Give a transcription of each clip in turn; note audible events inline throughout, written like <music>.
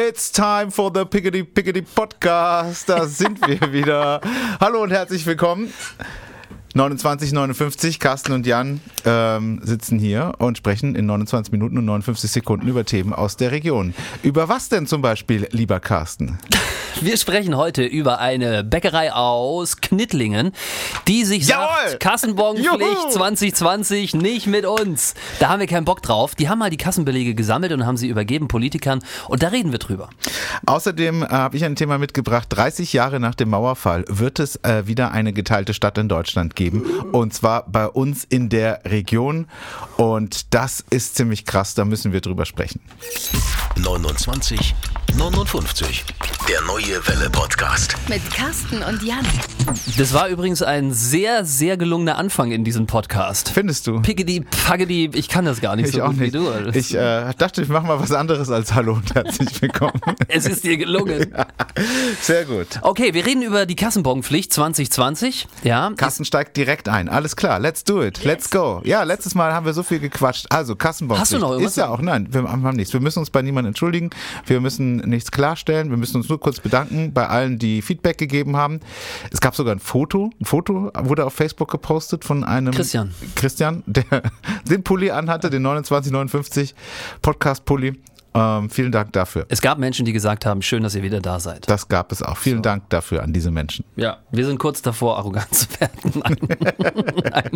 It's time for the Piggity Piggity Podcast. Da sind wir wieder. Hallo und herzlich willkommen. 2959, Carsten und Jan ähm, sitzen hier und sprechen in 29 Minuten und 59 Sekunden über Themen aus der Region. Über was denn zum Beispiel, lieber Carsten? Wir sprechen heute über eine Bäckerei aus Knittlingen, die sich Jawohl! sagt, Kassenbonpflicht Juhu! 2020 nicht mit uns. Da haben wir keinen Bock drauf. Die haben mal die Kassenbelege gesammelt und haben sie übergeben Politikern und da reden wir drüber. Außerdem äh, habe ich ein Thema mitgebracht. 30 Jahre nach dem Mauerfall wird es äh, wieder eine geteilte Stadt in Deutschland geben. Und zwar bei uns in der Region. Und das ist ziemlich krass, da müssen wir drüber sprechen. 29 59. Der neue Welle Podcast. Mit Carsten und Jan. Das war übrigens ein sehr, sehr gelungener Anfang in diesem Podcast. Findest du? Piggedy, paggedy, ich kann das gar nicht so ich auch gut nicht. wie du. Ich äh, dachte, ich mache mal was anderes als Hallo und <laughs> herzlich willkommen. es ist <laughs> dir gelungen. Sehr gut. Okay, wir reden über die Kassenbonpflicht 2020. Ja, Carsten steigt direkt ein. Alles klar, let's do it. Let's go. Ja, letztes Mal haben wir so viel gequatscht. Also, Kassenbon. Hast du noch irgendwas? Ist ja auch, nein, wir haben nichts. Wir müssen uns bei niemandem entschuldigen. Wir müssen nichts klarstellen. Wir müssen uns nur kurz bedanken bei allen, die Feedback gegeben haben. Es gab sogar ein Foto. Ein Foto wurde auf Facebook gepostet von einem. Christian. Christian, <laughs> der den Pulli anhatte, den 2959 Podcast-Pulli. Ähm, vielen Dank dafür. es gab Menschen, die gesagt haben, schön, dass ihr wieder da seid. Das gab es auch. Vielen Dank dafür an diese Menschen. Ja, wir sind kurz davor, arrogant zu werden. <laughs> Nein. Nein.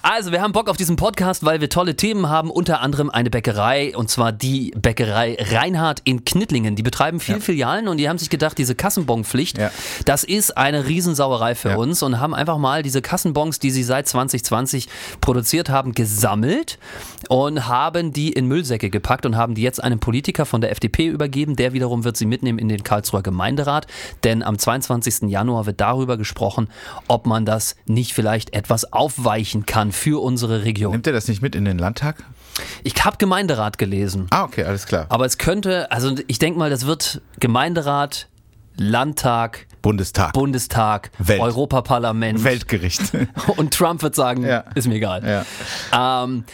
Also, wir haben Bock auf diesen Podcast, weil wir tolle Themen haben. Unter anderem eine Bäckerei, und zwar die Bäckerei Reinhardt in Knittlingen. Die betreiben vier Filialen und die haben sich gedacht, diese Kassenbonpflicht, Ja. das ist eine Riesensauerei für Ja. uns und haben einfach mal diese Kassenbons, die sie seit 2020 produziert haben, gesammelt und haben die in Müllsäcke gepackt und haben die jetzt einem Politiker von der FDP übergeben. Der wiederum wird sie mitnehmen in den Karlsruher Gemeinderat, denn am 22. Januar wird darüber gesprochen, ob man das nicht vielleicht etwas aufweichen kann für unsere Region. Nimmt er das nicht mit in den Landtag? Ich habe Gemeinderat gelesen. Ah, okay, alles klar. Aber es könnte, also ich denke mal, das wird Gemeinderat, Landtag, Bundestag. Bundestag, Welt. Europaparlament <laughs> Weltgericht. und Trump wird sagen, Ja. ist mir egal. ja. Ähm,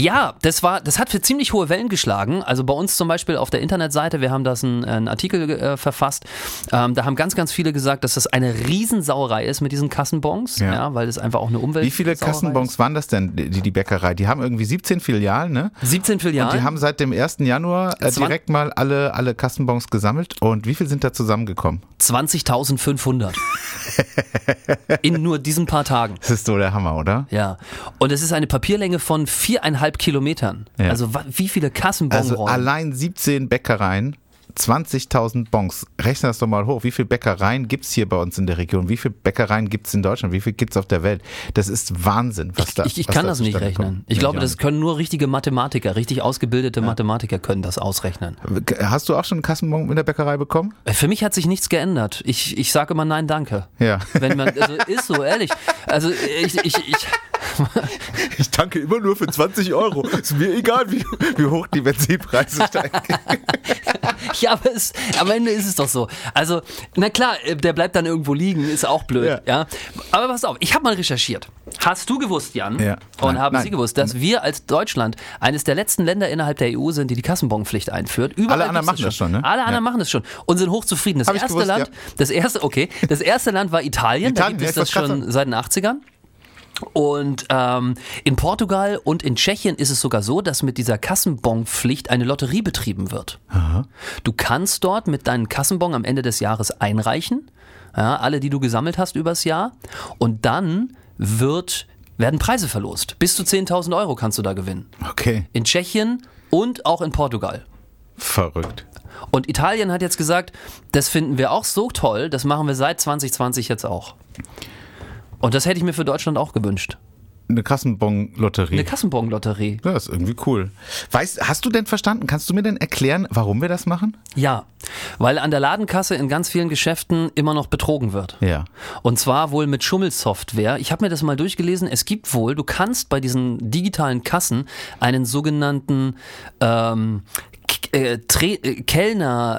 ja, das war, das hat für ziemlich hohe Wellen geschlagen. Also bei uns zum Beispiel auf der Internetseite, wir haben das einen, einen Artikel äh, verfasst. Ähm, da haben ganz, ganz viele gesagt, dass das eine Riesensauerei ist mit diesen Kassenbons, Ja. ja, weil das einfach auch eine Umwelt. Wie viele Kassenbons waren das denn, die, die Bäckerei? Die haben irgendwie 17 Filialen, ne? 17 Filialen. Und die haben seit dem 1. Januar äh, Zwan- direkt mal alle, alle Kassenbons gesammelt. Und wie viel sind da zusammengekommen? <laughs> 20.500 in nur diesen paar Tagen. Das ist so der Hammer, oder? Ja, und es ist eine Papierlänge von viereinhalb Kilometern. Ja. Also wa- wie viele Also Kassenbonrollen? allein 17 Bäckereien, 20.000 Bons. Rechne das doch mal hoch. Wie viele Bäckereien gibt's hier bei uns in der Region? Wie viele Bäckereien gibt's in Deutschland? Wie viel gibt's auf der Welt? Das ist Wahnsinn, was da ich ich was kann da das nicht zustande rechnen. kommt. Ich Nee, glaube, auch das können nur richtige Mathematiker, richtig ausgebildete Mathematiker können das ausrechnen. nicht. Hast du auch schon einen Kassenbon in der Bäckerei bekommen? Äh, Für mich hat sich nichts geändert. Ich, ich sage immer nein, danke. Ja. Wenn man, <laughs> also ist so, ehrlich. Also ich, ich, ich, <laughs> Ich danke immer nur für 20 Euro. Ist mir egal, wie, wie hoch die Benzinpreise steigen. <laughs> Ja, aber es, am Ende ist es doch so. Also, na klar, äh, der bleibt dann irgendwo liegen, ist auch blöd. Ja. Aber pass auf, ich habe mal recherchiert. Hast du gewusst, Jan? Ja. Und Nein, haben nein. Mhm. Sie gewusst, dass wir als Deutschland eines der letzten Länder innerhalb der EU sind, die die Kassenbonpflicht einführt? Überall Alle anderen gibt's machen das schon, ne? Alle anderen Ja. machen das schon und sind hochzufrieden. Das Hab ich erste gewusst, Land, das erste, okay, das erste Land war Italien. da Italien, gibt es ja, das ist was schon krasser. seit den 80ern. Und ähm, in Portugal und in Tschechien ist es sogar so, dass mit dieser Kassenbonpflicht eine Lotterie betrieben wird. Du kannst dort mit deinen Kassenbon am Ende des Jahres einreichen, ja, alle, die du gesammelt hast übers Jahr, und dann wird, werden Preise verlost. Bis zu 10.000 Euro kannst du da gewinnen. <laughs> Okay, In Tschechien und auch in Portugal. verrückt. Und Italien hat jetzt gesagt, das finden wir auch so toll, das machen wir seit 2020 jetzt auch. Und das hätte ich mir für Deutschland auch gewünscht. Eine Kassenbon-Lotterie. Eine Kassenbon-Lotterie. ja, ist irgendwie cool. Weißt, hast du denn verstanden? Kannst du mir denn erklären, warum wir das machen? Ja, weil an der Ladenkasse in ganz vielen Geschäften immer noch betrogen wird. Ja. Und zwar wohl mit Schummelsoftware. Ich habe mir das mal durchgelesen. Es gibt wohl, du kannst bei diesen digitalen Kassen einen sogenannten ähm, K- äh, Tre- äh,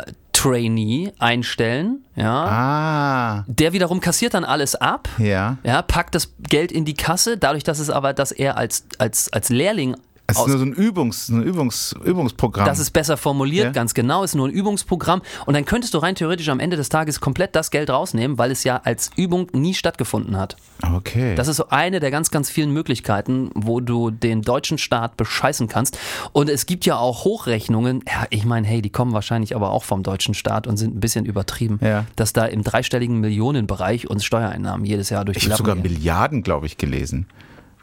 Kellner-Trainee einstellen. Ja. Ah, Der wiederum kassiert dann alles ab. ja. Ja, packt das Geld in die Kasse, dadurch, dass es aber, dass er als, als, als Lehrling Es ist aus. nur so ein Übungs, ein Übungs, Übungsprogramm. Das ist besser formuliert, Ja. ganz genau, ist nur ein Übungsprogramm. Und dann könntest du rein theoretisch am Ende des Tages komplett das Geld rausnehmen, weil es ja als Übung nie stattgefunden hat. okay. Das ist so eine der ganz, ganz vielen Möglichkeiten, wo du den deutschen Staat bescheißen kannst. Und es gibt ja auch Hochrechnungen. Ja, ich meine, hey, die kommen wahrscheinlich aber auch vom deutschen Staat und sind ein bisschen übertrieben, Ja. dass da im dreistelligen Millionenbereich uns Steuereinnahmen jedes Jahr durch die ich habe Lappen sogar gehen. Milliarden, glaube ich, gelesen.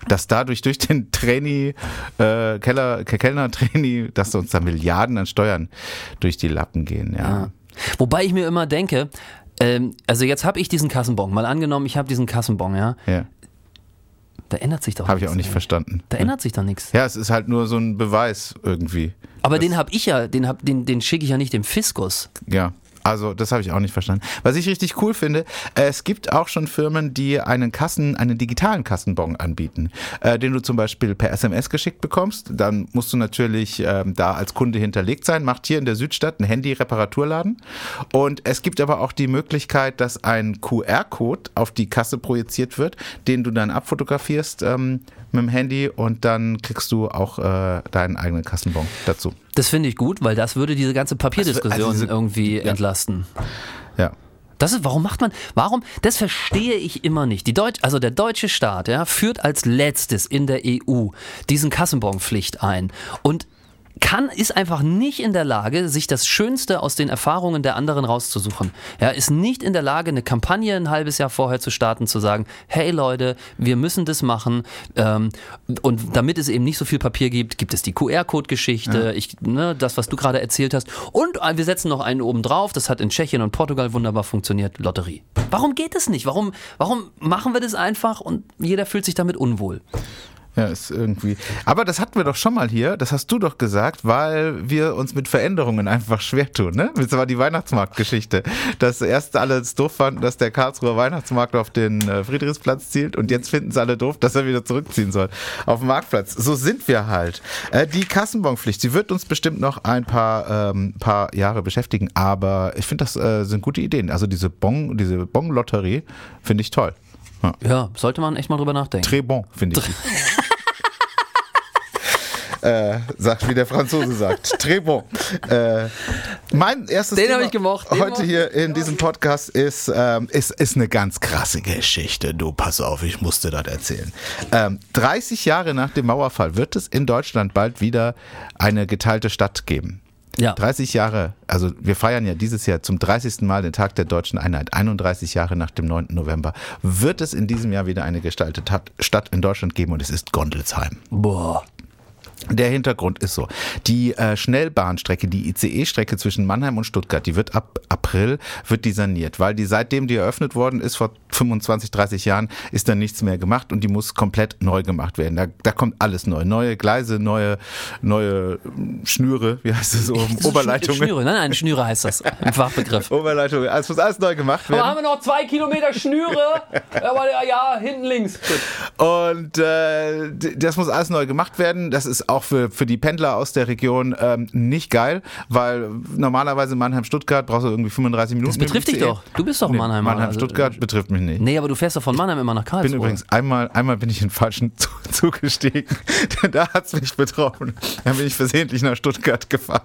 Dass dadurch durch den Trainee, äh, Keller, Kellner-Trainee, dass uns da Milliarden an Steuern durch die Lappen gehen. Ja. Wobei ich mir immer denke, ähm, also jetzt habe ich diesen Kassenbon. Mal angenommen, ich habe diesen Kassenbon, ja. ja. Da ändert sich doch Habe ich nichts. auch nicht verstanden. Da ändert sich doch nichts. Ja, es ist halt nur so ein Beweis irgendwie. Aber den habe ich ja, den, hab- den, den schicke ich ja nicht dem Fiskus. Ja. Also, das habe ich auch nicht verstanden. Was ich richtig cool finde, äh, es gibt auch schon Firmen, die einen Kassen, einen digitalen Kassenbon anbieten, äh, den du zum Beispiel per SMS geschickt bekommst. Dann musst du natürlich ähm, da als Kunde hinterlegt sein. Macht hier in der Südstadt einen Handy-Reparaturladen. Und es gibt aber auch die Möglichkeit, dass ein QR-Code auf die Kasse projiziert wird, den du dann abfotografierst ähm, mit dem Handy und dann kriegst du auch äh, deinen eigenen Kassenbon dazu. Das finde ich gut, weil das würde diese ganze Papierdiskussion Also- also diese- irgendwie entlasten. Ja. Das ist, warum macht man, warum, das verstehe ich immer nicht. Die Deutsch, also der deutsche Staat ja, führt als letztes in der EU diesen Kassenbonpflicht ein und kann, ist einfach nicht in der Lage, sich das Schönste aus den Erfahrungen der anderen rauszusuchen. Ja, ist nicht in der Lage, eine Kampagne ein halbes Jahr vorher zu starten, zu sagen, hey Leute, wir müssen das machen. Ähm, und damit es eben nicht so viel Papier gibt, gibt es die QR-Code-Geschichte, ich- ne, das, was du gerade erzählt hast. Und äh, wir setzen noch einen oben drauf. Das hat in Tschechien und Portugal wunderbar funktioniert. Lotterie. Warum geht es nicht? Warum, warum machen wir das einfach und jeder fühlt sich damit unwohl? Ja, ist irgendwie. Aber das hatten wir doch schon mal hier, das hast du doch gesagt, weil wir uns mit Veränderungen einfach schwer tun, ne? Das war die Weihnachtsmarktgeschichte. Dass erst alle es doof fanden, dass der Karlsruher Weihnachtsmarkt auf den äh, Friedrichsplatz zielt und jetzt finden es alle doof, dass er wieder zurückziehen soll auf den Marktplatz. So sind wir halt. Äh, die Kassenbonpflicht, sie wird uns bestimmt noch ein paar, ähm, paar Jahre beschäftigen, aber ich finde, das äh, sind gute Ideen. Also diese Bon, diese Bon-Lotterie finde ich toll. Ja. Ja, sollte man echt mal drüber nachdenken. Très bon, finde <laughs> ich. äh, sagt, wie der Franzose sagt. Très bon. Äh, mein erstes Den Thema hab ich gemocht, den heute mochte hier in diesem Podcast ist, ähm, ist, ist eine ganz krasse Geschichte. Du, pass auf, ich musste das erzählen. Ähm, 30 Jahre nach dem Mauerfall wird es in Deutschland bald wieder eine geteilte Stadt geben. Ja. 30 Jahre, also wir feiern ja dieses Jahr zum 30. Mal den Tag der deutschen Einheit, 31 Jahre nach dem 9. November, wird es in diesem Jahr wieder eine gestaltete Tat- Stadt in Deutschland geben und es ist Gondelsheim. Boah. Der Hintergrund ist so, die äh, Schnellbahnstrecke, die ICE-Strecke zwischen Mannheim und Stuttgart, die wird ab April, wird die saniert, weil die seitdem die eröffnet worden ist, vor 25, 30 Jahren, ist da nichts mehr gemacht und die muss komplett neu gemacht werden. Da, da kommt alles neu, neue Gleise, neue, neue ähm, Schnüre, wie heißt <laughs> es so, Das ist Oberleitungen. Schnüre. Nein, nein, Schnüre heißt das. Ein Fachbegriff. Oberleitung, es muss alles neu gemacht werden. wir noch zwei Kilometer Schnüre? Aber ja, ja, hinten links. Und äh, d- das muss alles neu gemacht werden. Das ist auch für, für die Pendler aus der Region ähm, nicht geil, weil normalerweise Mannheim-Stuttgart brauchst du irgendwie 35 Minuten. Das betrifft im dich ICE. doch. Du bist doch Mannheimer. Also- Mannheim-Stuttgart betrifft mich nicht. Nee, aber du fährst doch von Mannheim immer nach Karlsruhe. bin übrigens einmal, einmal bin ich in den falschen <laughs> Zug- Zug gestiegen. <laughs> da hat's mich betroffen. Dann bin ich versehentlich nach Stuttgart gefahren.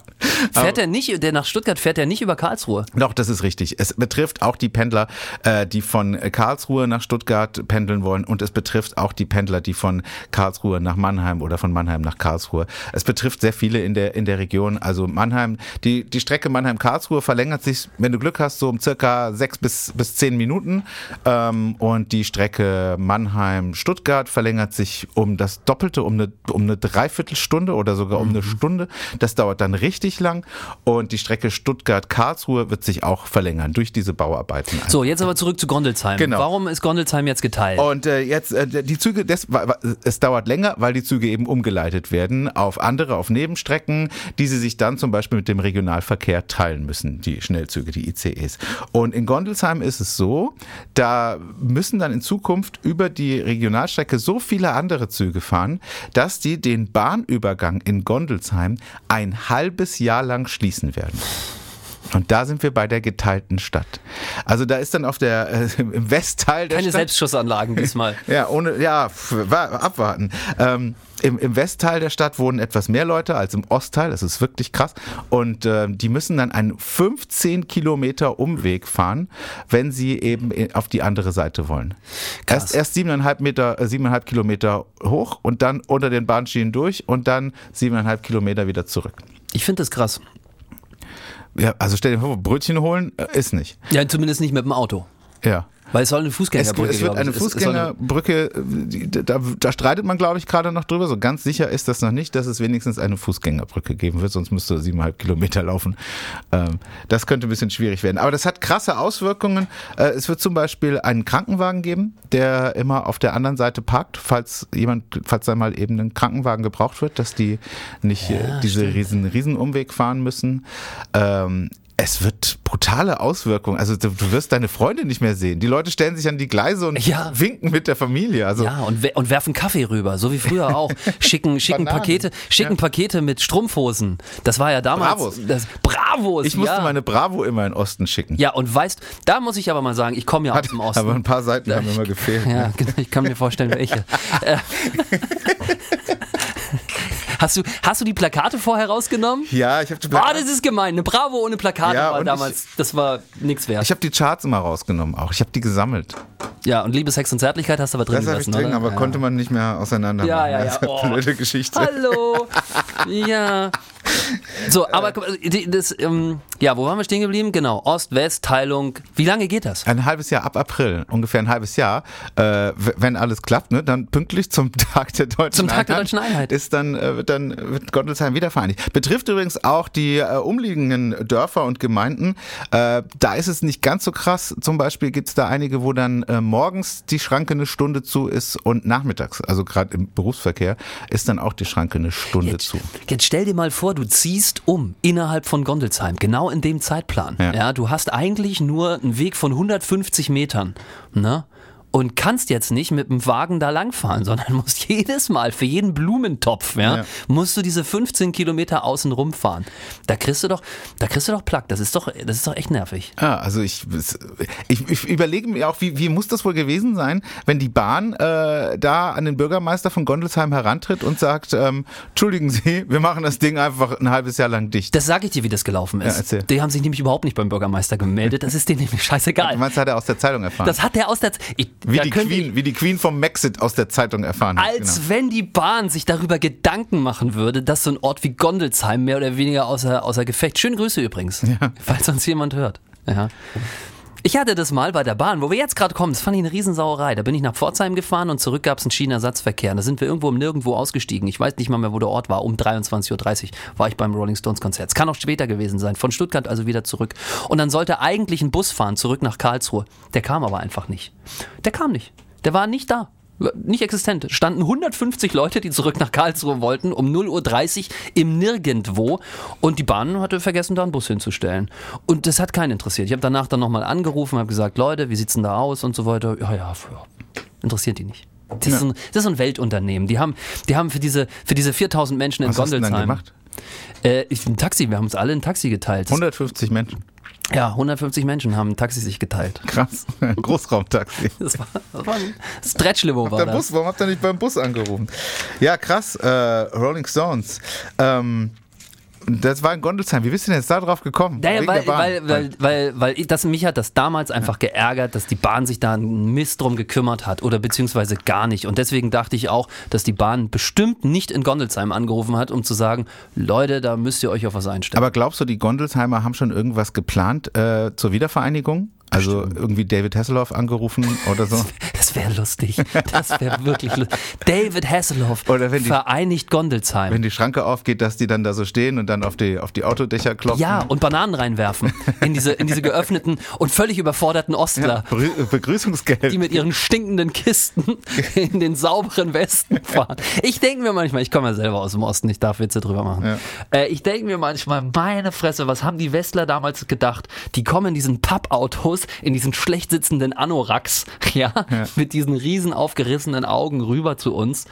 Fährt Ah. er nicht, der nach Stuttgart fährt er nicht über Karlsruhe. Doch, das ist richtig. Es betrifft auch die Pendler, äh, die von Karlsruhe nach Stuttgart pendeln wollen und es betrifft auch die Pendler, die von Karlsruhe nach Mannheim oder von Mannheim nach Karlsruhe. Es betrifft sehr viele in der, in der Region. Also Mannheim, die, die Strecke Mannheim-Karlsruhe verlängert sich, wenn du Glück hast, so um circa sechs bis, bis zehn Minuten. Ähm, und die Strecke Mannheim-Stuttgart verlängert sich um das Doppelte, um eine, um eine Dreiviertelstunde oder sogar um eine Stunde. Das dauert dann richtig lang. Und die Strecke Stuttgart-Karlsruhe wird sich auch verlängern durch diese Bauarbeiten. So, jetzt aber zurück zu Gondelsheim. Genau. Warum ist Gondelsheim jetzt geteilt? Und äh, jetzt, äh, die Züge, das, wa- wa- es dauert länger, weil die Züge eben umgeleitet werden auf andere, auf Nebenstrecken, die sie sich dann zum Beispiel mit dem Regionalverkehr teilen müssen, die Schnellzüge, die ICEs. Und in Gondelsheim ist es so, da müssen dann in Zukunft über die Regionalstrecke so viele andere Züge fahren, dass die den Bahnübergang in Gondelsheim ein halbes Jahr lang schließen werden. Und da sind wir bei der geteilten Stadt. Also da ist dann auf der äh, im Westteil der Keine Stadt Selbstschussanlagen <laughs> diesmal. ja, ohne, ja, pf, wa- abwarten. Ähm, im, Im Westteil der Stadt wohnen etwas mehr Leute als im Ostteil. Das ist wirklich krass. Und ähm, die müssen dann einen 15 Kilometer Umweg fahren, wenn sie eben i- auf die andere Seite wollen. Erst, erst siebeneinhalb Meter, äh, siebeneinhalb Kilometer hoch und dann unter den Bahnschienen durch und dann siebeneinhalb Kilometer wieder zurück. Ich finde das krass. Ja, also stell dir vor, Brötchen holen äh, ist nicht. Ja, zumindest nicht mit dem Auto. Ja. Weil es soll eine Es, Fußgängerbrücke es wird glaub ich. eine Es- es soll Fußgängerbrücke, die- äh, da, da streitet man, glaube ich, gerade noch drüber. So ganz sicher ist das noch nicht, dass es wenigstens eine Fußgängerbrücke geben wird, sonst müsste siebeneinhalb Kilometer laufen. Ähm, das könnte ein bisschen schwierig werden. Aber das hat krasse Auswirkungen. Äh, es wird zum Beispiel einen Krankenwagen geben, der immer auf der anderen Seite parkt, falls jemand, falls da mal eben ein Krankenwagen gebraucht wird, dass die nicht äh, diese riesen, riesen Umweg fahren müssen. Ähm, es wird brutale Auswirkungen. Also du, du wirst deine Freunde nicht mehr sehen. Die Leute stellen sich an die Gleise und Ja. winken mit der Familie. Also Ja, und, we- und werfen Kaffee rüber, so wie <laughs> früher auch. Schicken, schicken Bananen. Pakete, schicken Pakete mit Strumpfhosen. Das war ja damals. Bravos. Das, Bravos! ich musste ja. meine Bravo immer in den Osten schicken. Ja, und weißt, da muss ich aber mal sagen, ich komme ja aus Hat, dem Osten. aber ein paar Seiten haben immer gefehlt. ne? ja, genau, ich kann mir vorstellen, <laughs> welche. Äh, hast, du, hast du die Plakate vorher rausgenommen? Ja, ich habe die, Boah, Pla- Oh, das ist gemein. Eine Bravo ohne Plakate Ja, war und damals, das war nix wert. ich hab die Charts immer rausgenommen auch. Ich habe die gesammelt. ja, und Liebe, Sex und Zärtlichkeit hast du aber drin Das habe ich gelassen, drin, oder? aber ne? ja. konnte man nicht mehr auseinander Ja, machen. ja, Das ja. ist eine Oh. blöde Geschichte. <laughs> Hallo. Ja. So, Äh. aber guck mal, die- das, ähm, ja, wo waren wir stehen geblieben? Genau, Ost-West-Teilung. Wie lange geht das? Ein halbes Jahr ab April, ungefähr ein halbes Jahr, äh, w- wenn alles klappt, ne, dann pünktlich zum <laughs> Tag der deutschen Zum Einheit, Tag der Deutschen Einheit. ist dann äh, wird dann wird Gottelsheim wieder vereinigt. Betrifft übrigens auch die äh, umliegenden Dörfer und Gemeinden. Äh, da ist es nicht ganz so krass. Zum Beispiel gibt's da einige, wo dann äh, morgens die Schranke eine Stunde zu ist und nachmittags, also gerade im Berufsverkehr, ist dann auch die Schranke eine Stunde zu. Jetzt stell dir mal vor, du ziehst um innerhalb von Gondelsheim, genau in dem Zeitplan. Ja. Ja. du hast eigentlich nur einen Weg von 150 Metern, ne? Und kannst jetzt nicht mit dem Wagen da langfahren, <laughs> sondern musst jedes Mal für jeden Blumentopf, ja, Ja. musst du diese 15 Kilometer außen rumfahren. Da kriegst du doch, da kriegst du doch Plack. Das ist doch, das ist doch echt nervig. Ja, also ich, ich, ich überlege mir auch, wie, wie muss das wohl gewesen sein, wenn die Bahn äh, da an den Bürgermeister von Gondelsheim herantritt und sagt, ähm, entschuldigen Sie, wir machen das Ding einfach ein halbes Jahr lang dicht. Das sage ich dir, wie das gelaufen Ja, ist. erzähl. die haben sich nämlich überhaupt nicht beim Bürgermeister gemeldet. Das ist denen <laughs> nämlich scheißegal. Du meinst, hat er aus der Zeitung erfahren? das hat der aus der. Z- Ich, wie, da die könnte Queen, wie die Queen vom Maxit aus der Zeitung erfahren hat. genau. als wenn die Bahn sich darüber Gedanken machen würde, dass so ein Ort wie Gondelsheim mehr oder weniger außer, außer Gefecht. Schöne Grüße übrigens, falls uns jemand hört. Ja. Ich hatte das mal bei der Bahn, wo wir jetzt gerade kommen, das fand ich eine Riesensauerei. Da bin ich nach Pforzheim gefahren und zurück gab es einen Schienenersatzverkehr. Und Da sind wir irgendwo im Nirgendwo ausgestiegen. Ich weiß nicht mal mehr, wo der Ort war. Um 23.30 Uhr war ich beim Rolling Stones Konzert. Es kann auch später gewesen sein. Von Stuttgart also wieder zurück. Und dann sollte eigentlich ein Bus fahren, zurück nach Karlsruhe. Der kam aber einfach nicht. Der kam nicht. Der war nicht da. Nicht existent. Standen 150 Leute, die zurück nach Karlsruhe wollten, um 0.30 Uhr im Nirgendwo. Und die Bahn hatte vergessen, da einen Bus hinzustellen. Und das hat keinen interessiert. Ich habe danach dann nochmal angerufen, habe gesagt, Leute, wie sieht's denn da aus und so weiter. Ja, ja, f- ja. interessiert die nicht. Das, ist, ein, das ist ein Weltunternehmen. Die haben, die haben für diese, für diese 4000 Menschen in Was hast du denn dann Gondelsheim. gemacht? Äh, ich, ein Taxi, wir haben uns alle ein Taxi geteilt. Das, 150 Menschen. ja, 150 Menschen haben ein Taxi sich geteilt. Krass. <laughs> Ein Großraumtaxi. Das war, das war ein Stretch-Limo war Der das. Bus, warum habt ihr nicht beim Bus angerufen? Ja, krass. Äh, Rolling Stones. Ähm, das war in Gondelsheim. Wie bist du denn jetzt da drauf gekommen? Naja, Wegen weil, der Bahn. weil, weil, weil, weil ich, das, mich hat das damals einfach geärgert, dass die Bahn sich da einen Mist drum gekümmert hat oder beziehungsweise gar nicht. Und deswegen dachte ich auch, dass die Bahn bestimmt nicht in Gondelsheim angerufen hat, um zu sagen, Leute, da müsst ihr euch auf was einstellen. Aber glaubst du, die Gondelsheimer haben schon irgendwas geplant äh, zur Wiedervereinigung? Also irgendwie David Hasselhoff angerufen oder <laughs> so? das wäre lustig. Das wäre wirklich lustig. David Hasselhoff Oder wenn die- vereinigt Gondelsheim. Wenn die Schranke aufgeht, dass die dann da so stehen und dann auf die, auf die Autodächer klopfen. ja, und Bananen reinwerfen in diese, in diese geöffneten und völlig überforderten Ostler. Begrü- Begrüßungsgeld. die mit ihren <laughs> stinkenden Kisten in den sauberen Westen fahren. Ich denke mir manchmal, ich komme ja selber aus dem Osten, ich darf Witze drüber machen. Äh, ich denke mir manchmal, meine Fresse, was haben die Westler damals gedacht? Die kommen in diesen Pappautos Videos in diesen schlecht sitzenden Anoraks, <laughs> ja, mit diesen riesen aufgerissenen Augen rüber zu uns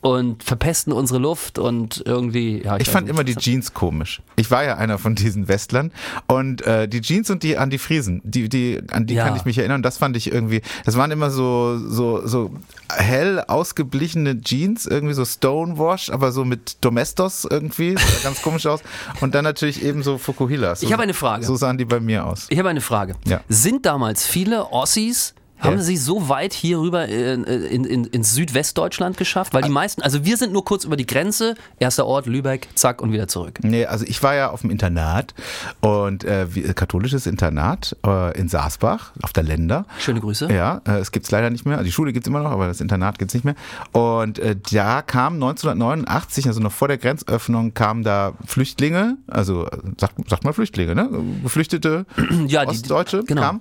und verpesten unsere Luft und irgendwie, ja. Ich weiß fand nicht. immer die Jeans komisch. Ich war ja einer von diesen Westlern und äh, die Jeans und die an die Friesen, die, die, an die Ja. kann ich mich erinnern. Das fand ich irgendwie, das waren immer so, so, so hell ausgeblichene Jeans, irgendwie so Stonewash, aber so mit Domestos irgendwie, sah <laughs> ganz komisch aus. Und dann natürlich eben so Fukuhilas. So, Ich habe eine Frage. So sahen die bei mir aus. Ich habe eine Frage. Ja. Sind damals viele Ossis haben Ja. sie so weit hier rüber in, in, in, ins Südwestdeutschland geschafft? Weil Ah. die meisten, also wir sind nur kurz über die Grenze, erster Ort, Lübeck, zack und wieder zurück. Nee, also ich war ja auf dem Internat und äh, wie- katholisches Internat äh, in Saasbach auf der Länder. Schöne Grüße. Ja, äh, es gibt's leider nicht mehr. Also die Schule gibt's immer noch, aber das Internat gibt's nicht mehr. Und äh, da kamen 1989, also noch vor der Grenzöffnung, kamen da Flüchtlinge, also äh, sagt, sagt man Flüchtlinge, ne? Geflüchtete Ja, die- Ostdeutsche genau. kamen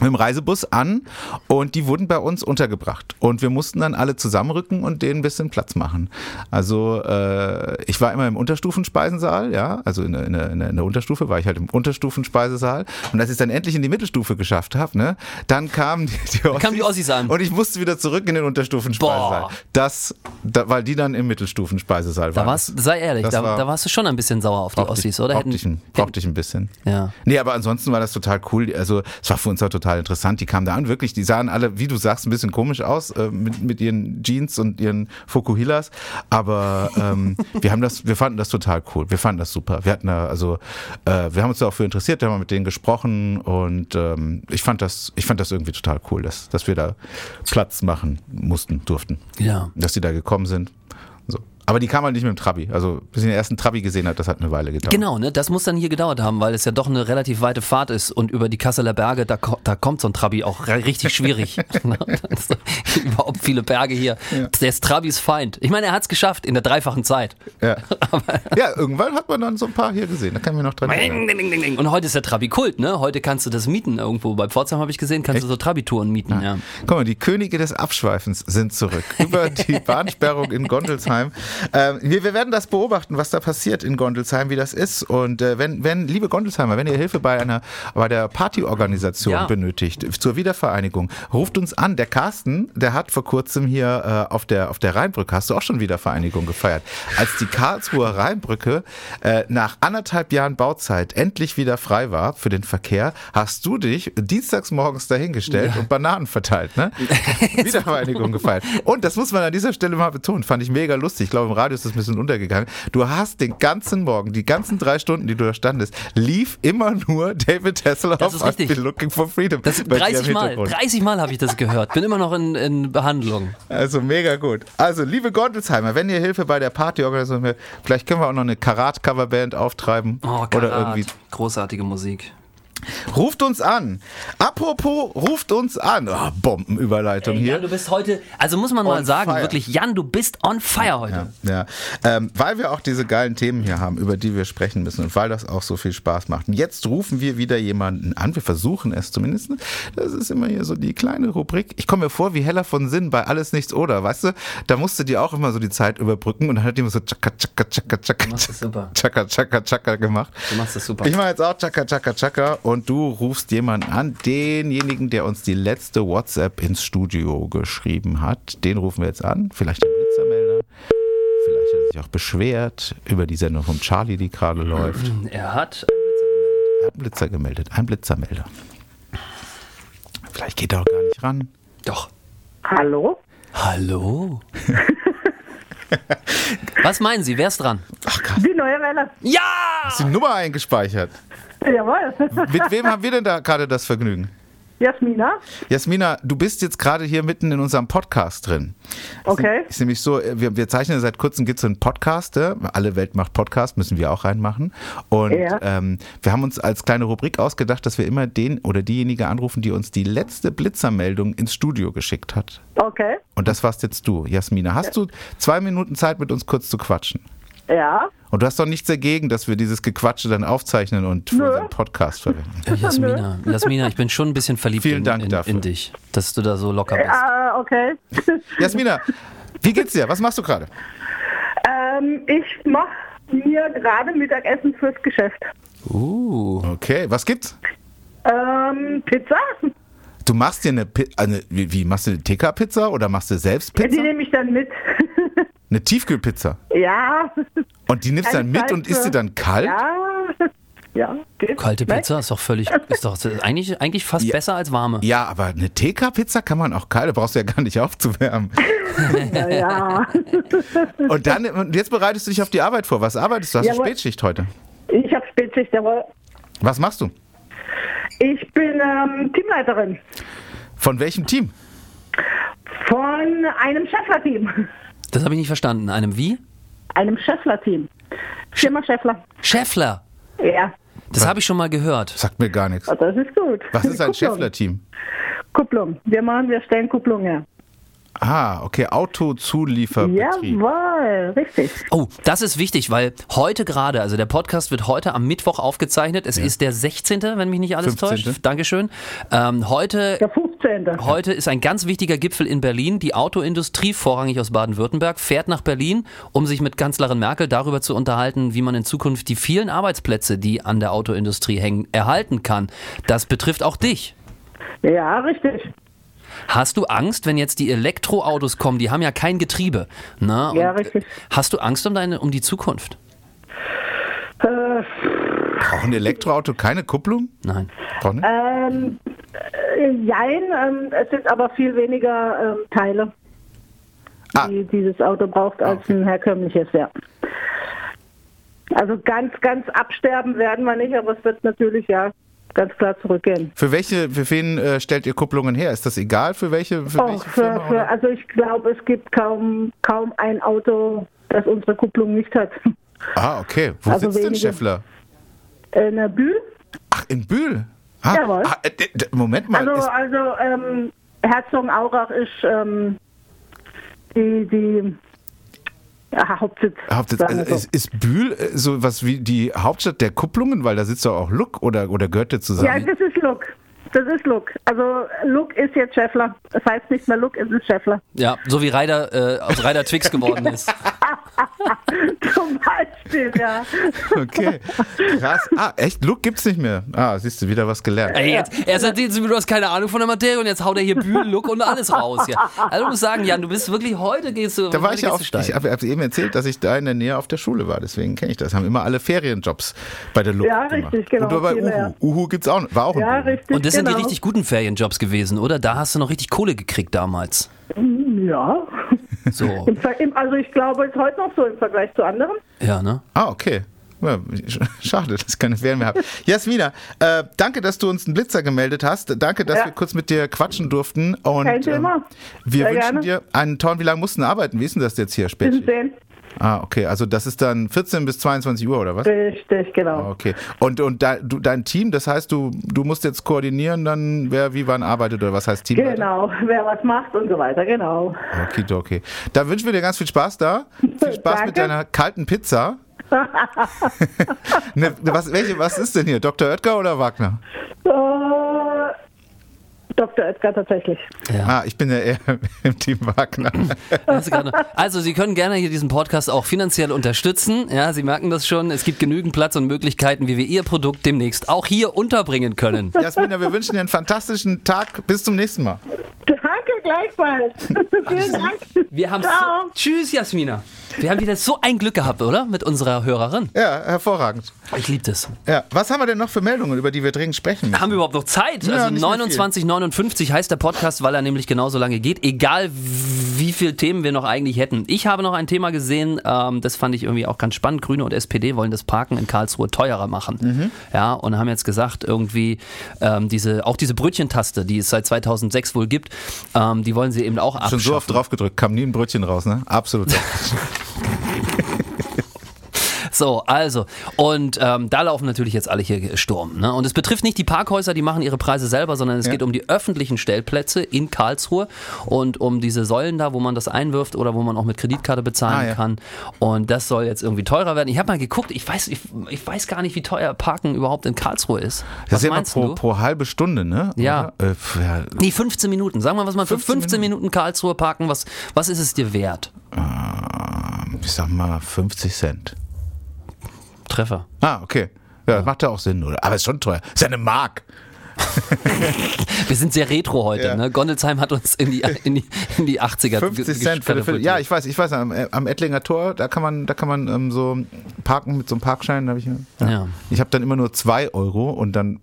mit dem Reisebus an und die wurden bei uns untergebracht. Und wir mussten dann alle zusammenrücken und denen ein bisschen Platz machen. Also äh, ich war immer im Unterstufenspeisensaal, ja, also in, der- in, der- in, der- in der Unterstufe war ich halt im Unterstufenspeisesaal. Und als ich es dann endlich in die Mittelstufe geschafft habe, ne, dann kamen die, die, Ossis, kamen die Ossis an. und ich musste wieder zurück in den Unterstufenspeisesaal. Boah. Das, da, weil die dann im Mittelstufenspeisesaal Da waren. war's, sei ehrlich, Das da, war- da warst du schon ein bisschen sauer auf die Ossis, oder? Brauchte Hätten- ich, ein, hätten- brauchte ich ein bisschen. Ja. Nee, aber ansonsten war das total cool. Also, es war für uns auch total interessant. Die kamen da an, wirklich. Die sahen alle, wie du sagst, ein bisschen komisch aus, äh, mit, mit ihren Jeans und ihren Fokuhilas. Aber ähm, wir haben das, wir fanden das total cool. Wir fanden das super. Wir hatten da, also, äh, wir haben uns da auch für interessiert, wir haben mit denen gesprochen und ähm, ich fand das, ich fand das irgendwie total cool, dass, dass wir da Platz machen mussten, durften. Ja. Dass die da gekommen sind. So. Aber die kamen halt nicht mit dem Trabi. Also, bis ich den ersten Trabi gesehen habe, das hat eine Weile gedauert. Genau, ne? Das muss dann hier gedauert haben, weil es ja doch eine relativ weite Fahrt ist und über die Kasseler Berge, da, ko da kommt so ein Trabi auch re- <laughs> richtig schwierig. <laughs> Ne? Das ist Überhaupt viele Berge hier. Der ist Trabis Feind. Ich meine, er hat es geschafft in der dreifachen Zeit. Ja. ja, irgendwann hat man dann so ein paar hier gesehen. Da kann ich mich noch dran erinnern. Und heute ist der Trabi Kult, ne? Heute kannst du das mieten irgendwo. Bei Pforzheim habe ich gesehen, kannst du so Trabi-Touren mieten, ja. Guck mal, die Könige des Abschweifens sind zurück. Über die Bahnsperrung in Gondelsheim. Ähm, wir, wir werden das beobachten, was da passiert in Gondelsheim, wie das ist. Und äh, wenn, wenn, liebe Gondelsheimer, wenn ihr Hilfe bei einer bei der Partyorganisation Ja. benötigt, zur Wiedervereinigung, ruft uns an. Der Carsten, der hat vor kurzem hier äh, auf, der, auf der Rheinbrücke, hast du auch schon Wiedervereinigung gefeiert, als die Karlsruher Rheinbrücke äh, nach anderthalb Jahren Bauzeit endlich wieder frei war für den Verkehr, hast du dich dienstags morgens dahingestellt und Bananen verteilt, <laughs> ne? Wiedervereinigung gefeiert. Und das muss man an dieser Stelle mal betonen, fand ich mega lustig. Ich glaube, im Radio ist das ein bisschen untergegangen. Du hast den ganzen Morgen, die ganzen drei Stunden, die du da standest, lief immer nur David Hasselhoff ist I've richtig. been looking for freedom. Das bei dir im 30 Mal, Hintergrund. 30 Mal habe ich das gehört. Bin immer noch in, in Behandlung. Also mega gut. Also liebe Gondelsheimer, wenn ihr Hilfe bei der Partyorganisation habt, vielleicht können wir auch noch eine Karat-Coverband auftreiben Oh, Karat. oder irgendwie Großartige Musik. Ruft uns an. Apropos, ruft uns an. Oh, Bombenüberleitung Jan, hier. du bist heute, also muss man On mal sagen, fire. wirklich, Jan, du bist on fire heute. Ja, ähm, weil wir auch diese geilen Themen hier haben, über die wir sprechen müssen und weil das auch so viel Spaß macht. Und jetzt rufen wir wieder jemanden an. Wir versuchen es zumindest. Das ist immer hier so die kleine Rubrik. Ich komme mir vor wie Heller von Sinn bei Alles Nichts Oder, weißt du? Da musste die auch immer so die Zeit überbrücken und dann hat die immer so tschakka, tschakka, tschakka, tschakka, machst das super. tschakka, tschakka, tschakka gemacht. Du machst das super. Ich mache jetzt auch Chaka Chaka Chaka und du rufst jemanden an, denjenigen, der uns die letzte WhatsApp ins Studio geschrieben hat. Den rufen wir jetzt an. Vielleicht ein Blitzermelder. Vielleicht hat er sich auch beschwert über die Sendung von Charlie, die gerade läuft. Er hat. Er hat einen Blitzer gemeldet. Ein Blitzermelder. Vielleicht geht er auch gar nicht ran. Doch. Hallo? Hallo? Was meinen Sie? Wer ist dran? Die neue Welle. Ja! Ist die Nummer eingespeichert. Jawohl. Mit wem haben wir denn da gerade das Vergnügen? Jasmina? Jasmina, du bist jetzt gerade hier mitten in unserem Podcast drin. Okay. Ist nämlich so, äh, wir, wir zeichnen seit kurzem gibt's so einen Podcast, äh, alle Welt macht Podcast, müssen wir auch reinmachen. Und Ja. ähm, wir haben uns als kleine Rubrik ausgedacht, dass wir immer den oder diejenige anrufen, die uns die letzte Blitzermeldung ins Studio geschickt hat. Okay. Und das warst jetzt du, Jasmina. Hast du zwei Minuten Zeit, mit uns kurz zu quatschen? Ja. Und du hast doch nichts dagegen, dass wir dieses Gequatsche dann aufzeichnen und für Nö. unseren Podcast verwenden. Jasmina, Jasmina, ich bin schon ein bisschen verliebt Vielen in, Dank in, dafür. in dich, dass du da so locker bist. Ah, okay. <laughs> Jasmina, wie geht's dir? Was machst du gerade? ähm, ich mache mir gerade Mittagessen fürs Geschäft. Uh. Okay, was gibt's? Ähm, Pizza? Du machst dir eine, Pi eine wie, wie machst du eine TK-Pizza oder machst du selbst Ja, die Pizza? nehme ich dann mit. <laughs> Eine Tiefkühlpizza. ja. Und die nimmst Keine dann mit Zeit und isst für- sie dann kalt? Ja. Ja. geht. Kalte Ne? Pizza ist doch völlig, ist doch eigentlich, eigentlich fast besser als warme. Ja, aber eine TK-Pizza kann man auch kalt, da brauchst du ja gar nicht aufzuwärmen. <laughs> Ja, ja. Und dann, und jetzt bereitest du dich auf die Arbeit vor. Was arbeitest du? Hast du Jawohl. Spätschicht heute? Ich habe Spätschicht, aber Was machst du? ich bin ähm, Teamleiterin Von welchem Team? von einem Scheffler-Team. Das habe ich nicht verstanden. Einem wie? Einem Scheffler-Team. Firma Scheffler. Schäffler. Ja. Das habe ich schon mal gehört. Sagt mir gar nichts. Oh, Das ist gut. Was ist ein Kupplung. Schäffler-Team? Kupplung. Wir machen, wir stellen Kupplung her. Ah, okay, Autozulieferbetrieb. Jawohl, richtig. Oh, das ist wichtig, weil heute gerade, also der Podcast wird heute am Mittwoch aufgezeichnet. Es ist der 16., wenn mich nicht alles 15.. täuscht. Dankeschön. Ähm, heute Der 15. Heute ist ein ganz wichtiger Gipfel in Berlin. Die Autoindustrie, vorrangig aus Baden-Württemberg, fährt nach Berlin, um sich mit Kanzlerin Merkel darüber zu unterhalten, wie man in Zukunft die vielen Arbeitsplätze, die an der Autoindustrie hängen, erhalten kann. Das betrifft auch dich. Oh. Ja, richtig. Hast du Angst, wenn jetzt die Elektroautos kommen? Die haben ja kein Getriebe. Na, Ja, und, äh, richtig. Hast du Angst um, deine, um die Zukunft? Äh, Braucht ein Elektroauto keine Kupplung? Nein. Braucht nicht? ähm, äh, jein, ähm, es sind aber viel weniger ähm, Teile, Ah. die dieses Auto braucht, als ein herkömmliches, ja. Also ganz, ganz absterben werden wir nicht, aber es wird natürlich ja ganz klar zurückgehen. Für welche, für wen äh, stellt ihr Kupplungen her? Ist das egal für welche? Für Auch welche Oh, für, Firma, für, oder? also ich glaube, es gibt kaum, kaum ein Auto, das unsere Kupplung nicht hat. Ah, okay. Wo also sitzt denn wenige. Schäffler? Äh, eine Bühl? Ach, in Bühl. Ah, Jawohl. ah, äh, d- d- Moment mal. Also, ist, also ähm, Herzogenaurach ist ähm, die, die ja, Hauptsitz. Hauptsitz, sagen wir also ist, so. ist Bühl äh, sowas wie die Hauptstadt der Kupplungen, weil da sitzt doch auch Luck oder, oder gehört der ja, genau. zusammen? das ist Look. Das ist Look. Also Look ist jetzt Scheffler. Es heißt nicht mehr Look, es ist Scheffler. <laughs> Ja, so wie Ryder äh, aus Ryder Twix geworden ist. Zum Beispiel, ja. Okay. Krass. Ah, echt? Luck gibt's nicht mehr. Ah, siehst du, wieder was gelernt. Ey, jetzt, erst erzählen sie mir, du hast keine Ahnung von der Materie und jetzt haut er hier Bühnen, Look und alles raus. Ja. Also ich muss sagen, Jan, du bist wirklich heute gehst du. Da war heute ich ja gehst auf, du ich steil. habe eben erzählt, dass ich da in der Nähe auf der Schule war, deswegen kenne ich das. Haben immer alle Ferienjobs bei der Luft Ja, gemacht. richtig, genau, Und bei viele, ja. Uhu. Uhu gibt's auch, war auch in Ja, Bühl. richtig. Und das sind genau. die richtig guten Ferienjobs gewesen, oder? Da hast du noch richtig Kohle gekriegt damals. Ja. So, <laughs> Im Ver- im- Also ich glaube, ist heute noch so im Vergleich zu anderen. ja, ne? Ah, okay. Ja, sch- schade, dass ich <laughs> keine Ferien mehr habe. Jasmina, äh, danke, dass du uns einen Blitzer gemeldet hast. Danke, dass Ja. wir kurz mit dir quatschen durften. Und, Kein Thema. ähm, wir Sehr wünschen gerne. dir einen Torn. Wie lange mussten arbeiten? Wie ist denn das jetzt hier Wir spät? sehen. Ah, okay. Also das ist dann 14 bis 22 Uhr oder was? Richtig, Ah, genau. Okay. Und, und da, du, dein Team, das heißt, du, du musst jetzt koordinieren, dann wer wie wann arbeitet oder was heißt Team? Genau, wer was macht und so weiter, genau. Okay, okay. Dann wünschen wir dir ganz viel Spaß da. Viel Spaß mit Danke. deiner kalten Pizza. ne, ne, was, welche, was ist denn hier? Dr. Oetker oder Wagner? Äh, Dr. Oetker tatsächlich. <laughs> Ja. Ah, ich bin ja eher <laughs> im Team <laughs> Wagner. Hast du gerade noch- Also, Sie können gerne hier diesen Podcast auch finanziell unterstützen. Ja, Sie merken das schon. Es gibt genügend Platz und Möglichkeiten, wie wir Ihr Produkt demnächst auch hier unterbringen können. Jasmina, wir wünschen dir einen fantastischen Tag. Bis zum nächsten Mal. Danke gleichfalls. <laughs> Vielen Dank. Wir haben so, Ciao. Tschüss, Jasmina. Wir haben wieder so ein Glück gehabt, oder? Mit unserer Hörerin. Ja, hervorragend. Ich liebe das. Ja, was haben wir denn noch für Meldungen, über die wir dringend sprechen müssen? Haben wir überhaupt noch Zeit? Ja, also nicht mehr viel. 29,59 heißt der Podcast, weil er nämlich genauso lange geht, egal wie viele Themen wir noch eigentlich hätten. Ich habe noch ein Thema gesehen, ähm, das fand ich irgendwie auch ganz spannend. Grüne und SPD wollen das Parken in Karlsruhe teurer machen. Mhm. Ja, und haben jetzt gesagt, irgendwie ähm, diese, auch diese Brötchentaste, die es seit 2006 wohl gibt, ähm, die wollen sie eben auch Schon abschaffen. so oft drauf gedrückt, kam nie ein Brötchen raus, ne? <laughs> Absolut. So, also, und ähm, da laufen natürlich jetzt alle hier Sturm. Ne? Und es betrifft nicht die Parkhäuser, die machen ihre Preise selber, sondern es Ja. geht um die öffentlichen Stellplätze in Karlsruhe und um diese Säulen da, wo man das einwirft oder wo man auch mit Kreditkarte bezahlen Ah, ja. kann. Und das soll jetzt irgendwie teurer werden. Ich habe mal geguckt, ich weiß, ich, ich weiß gar nicht, wie teuer Parken überhaupt in Karlsruhe ist. Das Was ist ja immer meinst pro, du? pro halbe Stunde, ne? Ja. Oder? Äh, pf, ja. Nee, 15 Minuten. Sagen wir was mal, für 15 15 Minuten, Karlsruhe parken, was, was ist es dir wert? Ähm, Ich sag mal 50 Cent. Treffer. Ah, okay. Ja, macht ja auch Sinn, oder? Aber ist schon teuer. Ist ja eine Mark. Wir sind sehr retro heute. Ja. Ne? Gondelsheim hat uns in die, in die, in die 80er 50 ge- Cent für eine Viertel. Ja, katapultiert. ich weiß, ich weiß, am, äh, am Ettlinger Tor, da kann man, da kann man ähm, so parken mit so einem Parkschein. Da hab ich, ja. Ja. ich habe dann immer nur 2 Euro und dann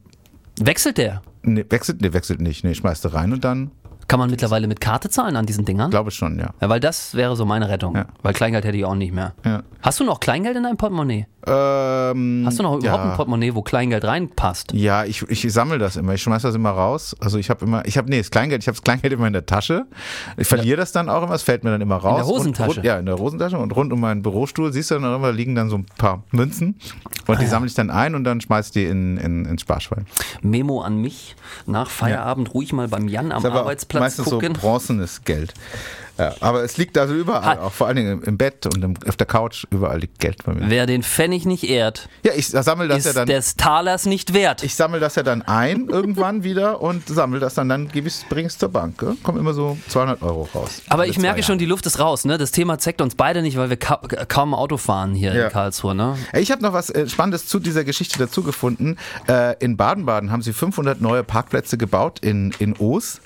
Wechselt der? nee, wechselt, nee, wechselt nicht. Nee, schmeißt du rein und dann, Kann man mittlerweile mit Karte zahlen an diesen Dingern? glaube ich schon, ja. Ja, weil das wäre so meine Rettung. Ja. Weil Kleingeld hätte ich auch nicht mehr. Ja. Hast du noch Kleingeld in deinem Portemonnaie? Ähm, Hast du noch überhaupt ja. ein Portemonnaie, wo Kleingeld reinpasst? Ja, ich, ich sammle das immer. Ich schmeiß das immer raus. Also ich habe immer, ich habe nee, das Kleingeld, ich habe das Kleingeld immer in der Tasche. Ich verliere das dann auch immer, es fällt mir dann immer raus. der Hosentasche? Und, rund- ja, in der Hosentasche und rund um meinen Bürostuhl siehst du dann auch immer, liegen dann so ein paar Münzen Ah, und die sammle ich dann ein und dann schmeiß ich die in, in, ins Sparschwein. Memo an mich. Nach Feierabend ruhig mal beim Jan am Das ist aber Arbeitsplatz meistens gucken. so bronzenes Geld. Ja, aber es liegt also überall, Ha- auch vor allen Dingen im, im Bett und im, auf der Couch, überall liegt Geld bei mir. Wer den Pfennig nicht ehrt, Ja, ich sammle das ist ja dann. des Talers nicht wert. ich sammle das ja dann ein irgendwann wieder und sammle das dann, dann gebe ich's- bringe es zur Bank. Gell? Kommen immer so 200 Euro raus. aber Alle ich zwei merke schon, Jahre. die Luft ist raus. Ne? Das Thema zeigt uns beide nicht, weil wir ka kaum Auto fahren hier Ja. in Karlsruhe. Ne? Ey, Ich habe noch was äh, Spannendes zu dieser Geschichte dazu gefunden. Äh, in Baden-Baden haben sie 500 neue Parkplätze gebaut in, in Oos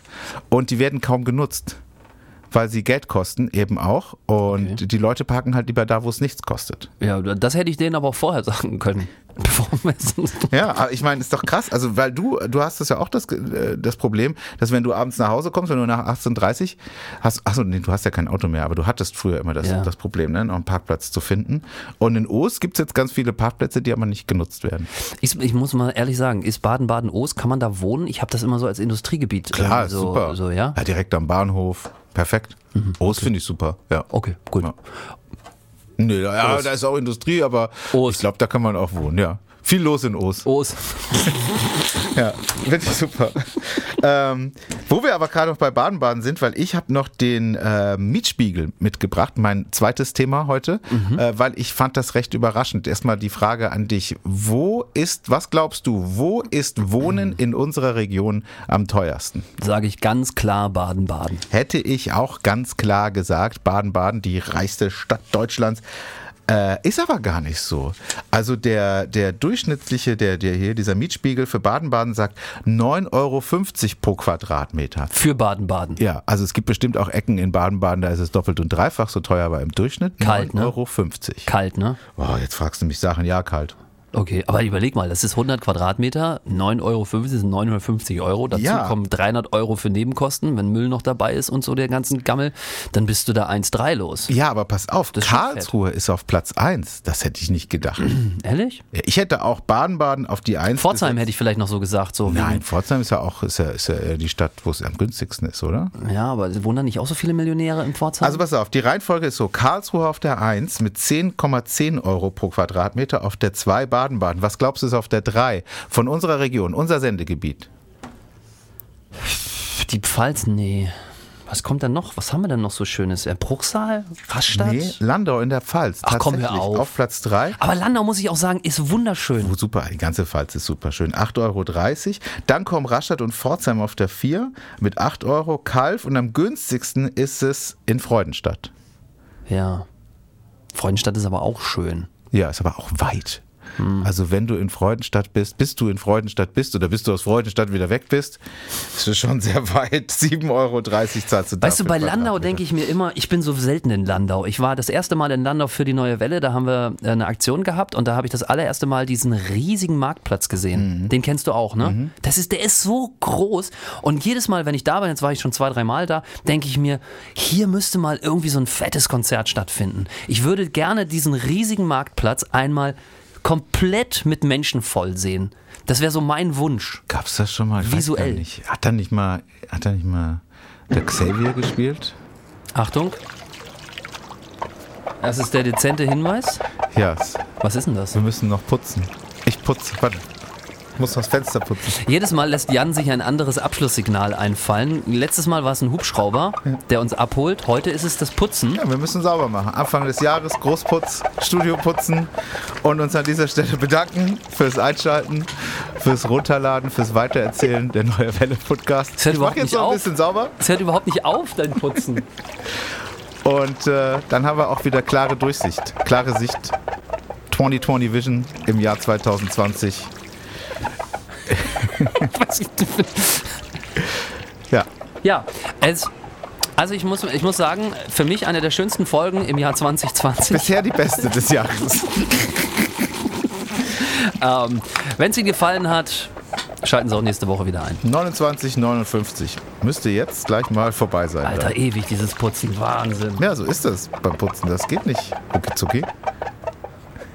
und die werden kaum genutzt, weil sie Geld kosten eben auch und die Leute parken halt lieber da, wo es nichts kostet. Ja, das hätte ich denen aber auch vorher sagen können. <laughs> Bevor wir sonst- Ja, aber ich meine, ist doch krass. Also, weil du, du hast das ja auch das, äh, das Problem, dass wenn du abends nach Hause kommst, wenn du nach 18.30 hast, achso, nee, du hast ja kein Auto mehr, aber du hattest früher immer das, Ja. das Problem, ne, noch einen Parkplatz zu finden. Und in Oos gibt's jetzt ganz viele Parkplätze, die aber nicht genutzt werden. ich, ich muss mal ehrlich sagen, ist Baden-Baden-Ost, kann man da wohnen? Ich habe das immer so als Industriegebiet. Klar, ähm, so, Ah, super. So, ja? Mhm, direkt am Bahnhof. Perfekt. Oos finde ich super, ja. Okay, gut. Ja. Nee, da, ja, da ist auch Industrie, aber Oos. ich glaube, da kann man auch wohnen, ja. Viel los in Oos. Ost. <laughs> <laughs> Ja, wirklich super. ähm, wo wir aber gerade noch bei Baden-Baden sind, weil ich habe noch den äh, Mietspiegel mitgebracht, mein zweites Thema heute, äh, weil ich fand das recht überraschend. Erstmal die Frage an dich, wo ist, was glaubst du, wo ist Wohnen in unserer Region am teuersten? Sage ich ganz klar Baden-Baden. Hätte ich auch ganz klar gesagt, Baden-Baden, die reichste Stadt Deutschlands. Äh, ist aber gar nicht so. Also der, der durchschnittliche, der, der hier, dieser Mietspiegel für Baden-Baden sagt 9,50 Euro pro Quadratmeter. Für Baden-Baden. Ja, also es gibt bestimmt auch Ecken in Baden-Baden, da ist es doppelt und dreifach so teuer, aber im Durchschnitt 9,50 Kalt, ne? Euro. Kalt, ne? Oh, jetzt fragst du mich Sachen, ja, kalt. Okay, aber überleg mal, das ist 100 Quadratmeter, 9,50 Euro sind 950 Euro. Dazu Ja. kommen 300 Euro für Nebenkosten, wenn Müll noch dabei ist und so der ganzen Gammel, dann bist du da 1,3 los. Ja, aber pass auf, ist schon fett. Karlsruhe ist auf Platz 1. Das hätte ich nicht gedacht. Ehrlich? Ich hätte auch Baden-Baden auf die 1 Pforzheim hätte ich vielleicht noch so gesagt. So Nein, Pforzheim ist ja auch ist ja, ist ja äh, die Stadt, wo es am günstigsten ist, oder? Wie, ja, aber wohnen da nicht auch so viele Millionäre in Pforzheim? Also pass auf, die Reihenfolge ist so, Karlsruhe auf der 1 mit 10,10 Euro pro Quadratmeter, auf der 2 Baden-Baden. Was glaubst du ist auf der 3 von unserer Region, unser Sendegebiet? Pff, die Pfalz, nee. Was kommt denn noch? Was haben wir denn noch so Schönes? Äh, Bruchsal? Rastatt? Nee, Landau in der Pfalz. Ach, komm, hör tatsächlich, auf. Auf Platz 3. Aber Landau, muss ich auch sagen, ist wunderschön. Oh, super, die ganze Pfalz ist super schön. 8,30 Euro. Dann kommen Rastatt und Pforzheim auf der 4 mit 8 Euro. Kalf und am günstigsten ist es in Freudenstadt. Ja. Freudenstadt ist aber auch schön. Ja, ist aber auch weit. Mhm. Also wenn du in Freudenstadt bist, bist du in Freudenstadt bist oder bist du aus Freudenstadt wieder weg bist, ist es schon sehr weit. <laughs> 7,30 Euro zahlst du Weißt du, bei Landau denke ich mir immer, ich bin so selten in Landau. Ich war das erste Mal in Landau für die neue Welle, da haben wir äh, eine Aktion gehabt und da habe ich das allererste Mal diesen riesigen Marktplatz gesehen. Den kennst du auch, ne? Das ist, der ist so groß und jedes Mal, wenn ich da bin, jetzt war ich schon zwei, drei Mal da, denke ich mir, hier müsste mal irgendwie so ein fettes Konzert stattfinden. Ich würde gerne diesen riesigen Marktplatz einmal komplett mit Menschen voll sehen. Das wäre so mein Wunsch. Gab's das schon mal? Ich weiß Visuell. gar Nicht. Hat da nicht mal, hat da nicht mal der Xavier gespielt? Achtung. Das ist der dezente Hinweis. Ja, s- Was ist denn das? wir müssen noch putzen. Ich putze, warte. Ich muss noch das Fenster putzen. Jedes Mal lässt Jan sich ein anderes Abschlusssignal einfallen. Letztes Mal war es ein Hubschrauber, der uns abholt. Heute ist es das Putzen. Ja, wir müssen sauber machen. Anfang des Jahres Großputz, Studio putzen und uns an dieser Stelle bedanken fürs Einschalten, fürs Runterladen, fürs Weitererzählen der Neue Welle Podcast. Ich mach hört überhaupt jetzt nicht noch ein auf. bisschen sauber Es hört überhaupt nicht auf, dein Putzen. und äh, dann haben wir auch wieder klare Durchsicht, klare Sicht. 2020 Vision im Jahr 2020. Ja. ja, es, also ich muss, ich muss sagen, für mich eine der schönsten Folgen im Jahr <laughs> 2020. Bisher die beste des Jahres. Ähm, Wenn es Ihnen gefallen hat, schalten Sie auch nächste Woche wieder ein. 29,59. Müsste jetzt gleich mal vorbei sein. Alter, ewig dieses Putzen, Wahnsinn. Ja, so ist das beim Putzen. Das geht nicht. Okay, zucki.